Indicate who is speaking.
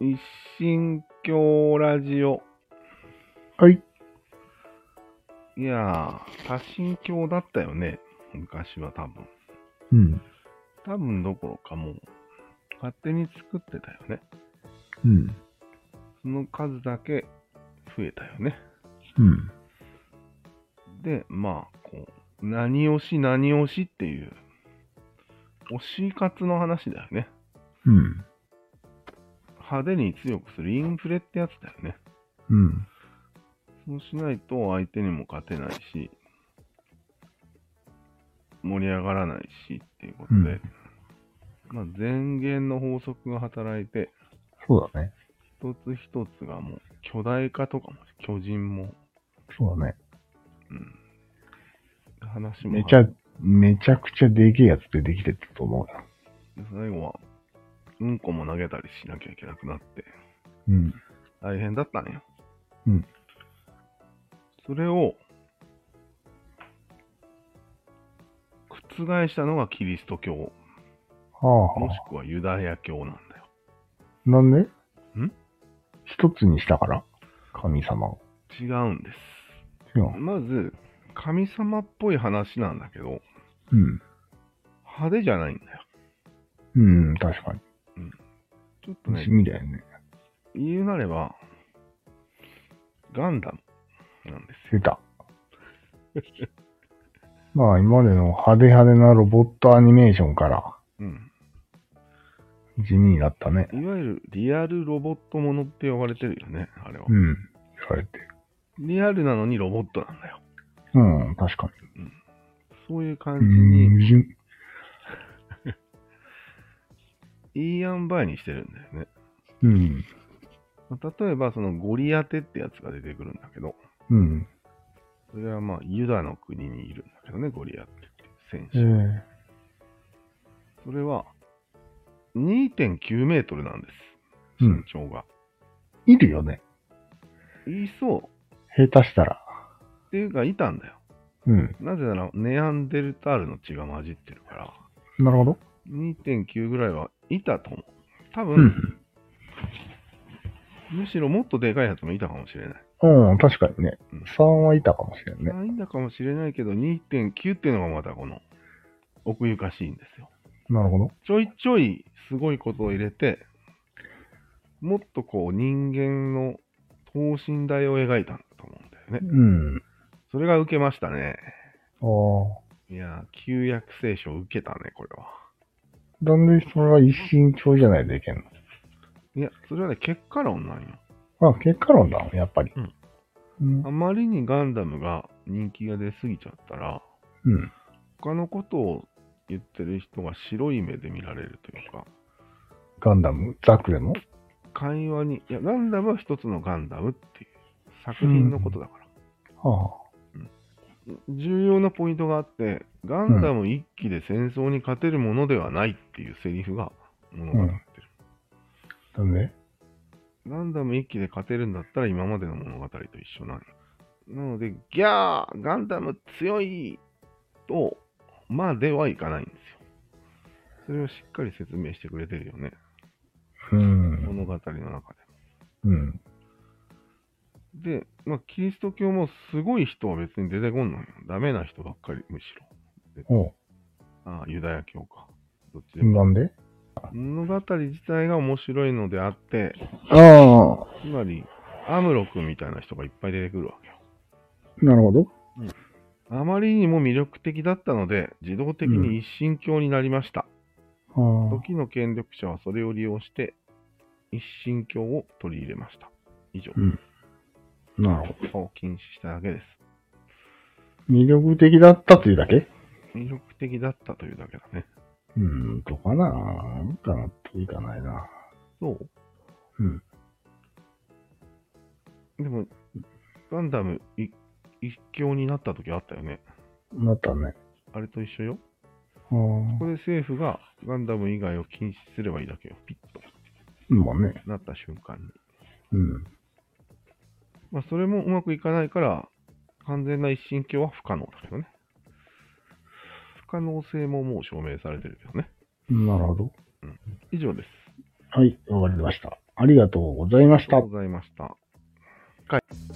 Speaker 1: 一神教ラジオ。
Speaker 2: はい。
Speaker 1: いやー、多神教だったよね。昔は多分。
Speaker 2: うん。
Speaker 1: 多分どころかもう、勝手に作ってたよね。
Speaker 2: うん。
Speaker 1: その数だけ増えたよね。
Speaker 2: うん。
Speaker 1: で、まあ、こう、何推し何推しっていう、推し活の話だよね。
Speaker 2: うん。
Speaker 1: 派手に強くするインフレってやつだよね。
Speaker 2: うん。
Speaker 1: そうしないと相手にも勝てないし、盛り上がらないしっていうことで、
Speaker 2: うん
Speaker 1: まあ、前言の法則が働いて、
Speaker 2: そうだね。
Speaker 1: 一つ一つがもう巨大化とかも、巨人も、
Speaker 2: そうだね。
Speaker 1: うん、話も
Speaker 2: めちゃ、めちゃくちゃでけえやつってできてたと思うよ。
Speaker 1: 最後は、うんこも投げたりしなきゃいけなくなって、
Speaker 2: うん。
Speaker 1: 大変だったね。
Speaker 2: うん。
Speaker 1: それを、覆したのがキリスト教、も
Speaker 2: はあは
Speaker 1: しくはユダヤ教なんだよ。
Speaker 2: あ。なんで
Speaker 1: ん
Speaker 2: 一つにしたから神様を。
Speaker 1: 違うんです。
Speaker 2: 違う。
Speaker 1: まず、神様っぽい話なんだけど、
Speaker 2: うん。
Speaker 1: 派手じゃないんだよ。
Speaker 2: うん、確か
Speaker 1: ちょっと
Speaker 2: に。
Speaker 1: ね
Speaker 2: 地、味だよね。
Speaker 1: 言うなれば、ガンダムなんですよ。
Speaker 2: 出た。まあ、今までの派手派手なロボットアニメーションから
Speaker 1: うん。
Speaker 2: 地味になったね。
Speaker 1: いわゆるリアルロボットものって呼ばれてるよね、あれは
Speaker 2: う。ん。言われてる。
Speaker 1: リアルなのにロボットなんだよ。
Speaker 2: うん、確か
Speaker 1: そういう感
Speaker 2: に。う
Speaker 1: じに、
Speaker 2: ん、矛
Speaker 1: いい塩梅にしてるんだよね。
Speaker 2: 盾うん。
Speaker 1: まあ例えば、そのゴリアテってやつが出てくるんだけど、
Speaker 2: うん。
Speaker 1: それはまあ、ユダの国にいるんだけどね、ゴリアテっていう戦
Speaker 2: え
Speaker 1: 士。それは、2.9メートルなんです。
Speaker 2: うん
Speaker 1: 身長が。
Speaker 2: えいるよね。
Speaker 1: いそ
Speaker 2: 下手したら。
Speaker 1: うっていうか、いたんだよ。
Speaker 2: うん。
Speaker 1: なぜなら、ネアンデルタールの血が混じってるから、
Speaker 2: なるほど。
Speaker 1: 2.9ぐらいはいたと思う。多
Speaker 2: う
Speaker 1: 分、
Speaker 2: ん。
Speaker 1: むしろもっとでかいやつもいたかもしれない。
Speaker 2: うん、確かにね
Speaker 1: うん。
Speaker 2: 3はいたかもしれんね。
Speaker 1: ないんだかもしれないけど、2.9っていうのがまたこの、奥ゆかしいんですよ。
Speaker 2: なるほど。
Speaker 1: ちょいちょいすごいことを入れて、もっとこう人間の等身大を描いたんだと思うんだよね。
Speaker 2: うん。
Speaker 1: それが受けましたね。
Speaker 2: ああ。
Speaker 1: いやー、旧約聖書受けたね、これは。
Speaker 2: なんでそれは一心教じゃないといけんの
Speaker 1: いや、それはね、結果論なんよ。
Speaker 2: あ、結果論だ、やっぱり。
Speaker 1: うん
Speaker 2: うん。
Speaker 1: あまりにガンダムが人気が出すぎちゃったら、
Speaker 2: うん。
Speaker 1: 他のことを言ってる人が白い目で見られるというか、
Speaker 2: ガンダム、ザクでも
Speaker 1: 会話に、いや、ガンダムは一つのガンダムっていう作品のことだから。
Speaker 2: は
Speaker 1: 重要なポイントがあって、ガンダム一機で戦争に勝てるものではないっていうセリフが物語ってる。
Speaker 2: あ。なんで
Speaker 1: ガンダム一機で勝てるんだったら今までの物語と一緒なんよなので、ギャーガンダム強いとまではいかないんですよ。それをしっかり説明してくれてるよね。
Speaker 2: うん。
Speaker 1: 物語の中
Speaker 2: うん。
Speaker 1: で。で、まあ、キリスト教もすごい人は別に出てこんのよ。ダメな人ばっかり、むしろ。
Speaker 2: お
Speaker 1: ああ、ユダヤ教か。どっちでも。
Speaker 2: なんで
Speaker 1: 物語自体が面白いのであって、
Speaker 2: ああ。
Speaker 1: つまり、アムロ君みたいな人がいっぱい出てくるわけよ。
Speaker 2: なるほど。
Speaker 1: あまりにも魅力的だったので、自動的に一神教になりました。
Speaker 2: あ
Speaker 1: 時の権力者はそれを利用して、一神教を取り入れました。以上
Speaker 2: う。んあ。なるほ
Speaker 1: を禁止しただけです。
Speaker 2: ど。魅力的だったというだけ
Speaker 1: 魅力的だったというだけだね。
Speaker 2: うん、とかな。なんかなっていかないな。
Speaker 1: そう
Speaker 2: うん。
Speaker 1: でも、ガンダム一一強になった時あったよね。
Speaker 2: なったね。
Speaker 1: あれと一緒よ。
Speaker 2: あ
Speaker 1: こ
Speaker 2: あ。
Speaker 1: れ政府がガンダム以外を禁止すればいいだけよ。ピッと
Speaker 2: まあね。
Speaker 1: なった瞬間に。
Speaker 2: うん。
Speaker 1: まあ、それもうまくいかないから、完全な一神教は不可能だけどね。不可能性ももう証明されてるけどね。
Speaker 2: なるほど。
Speaker 1: 以上です。
Speaker 2: はい、わかりました。ありがとうございまし
Speaker 1: あり
Speaker 2: た
Speaker 1: がと。うございました。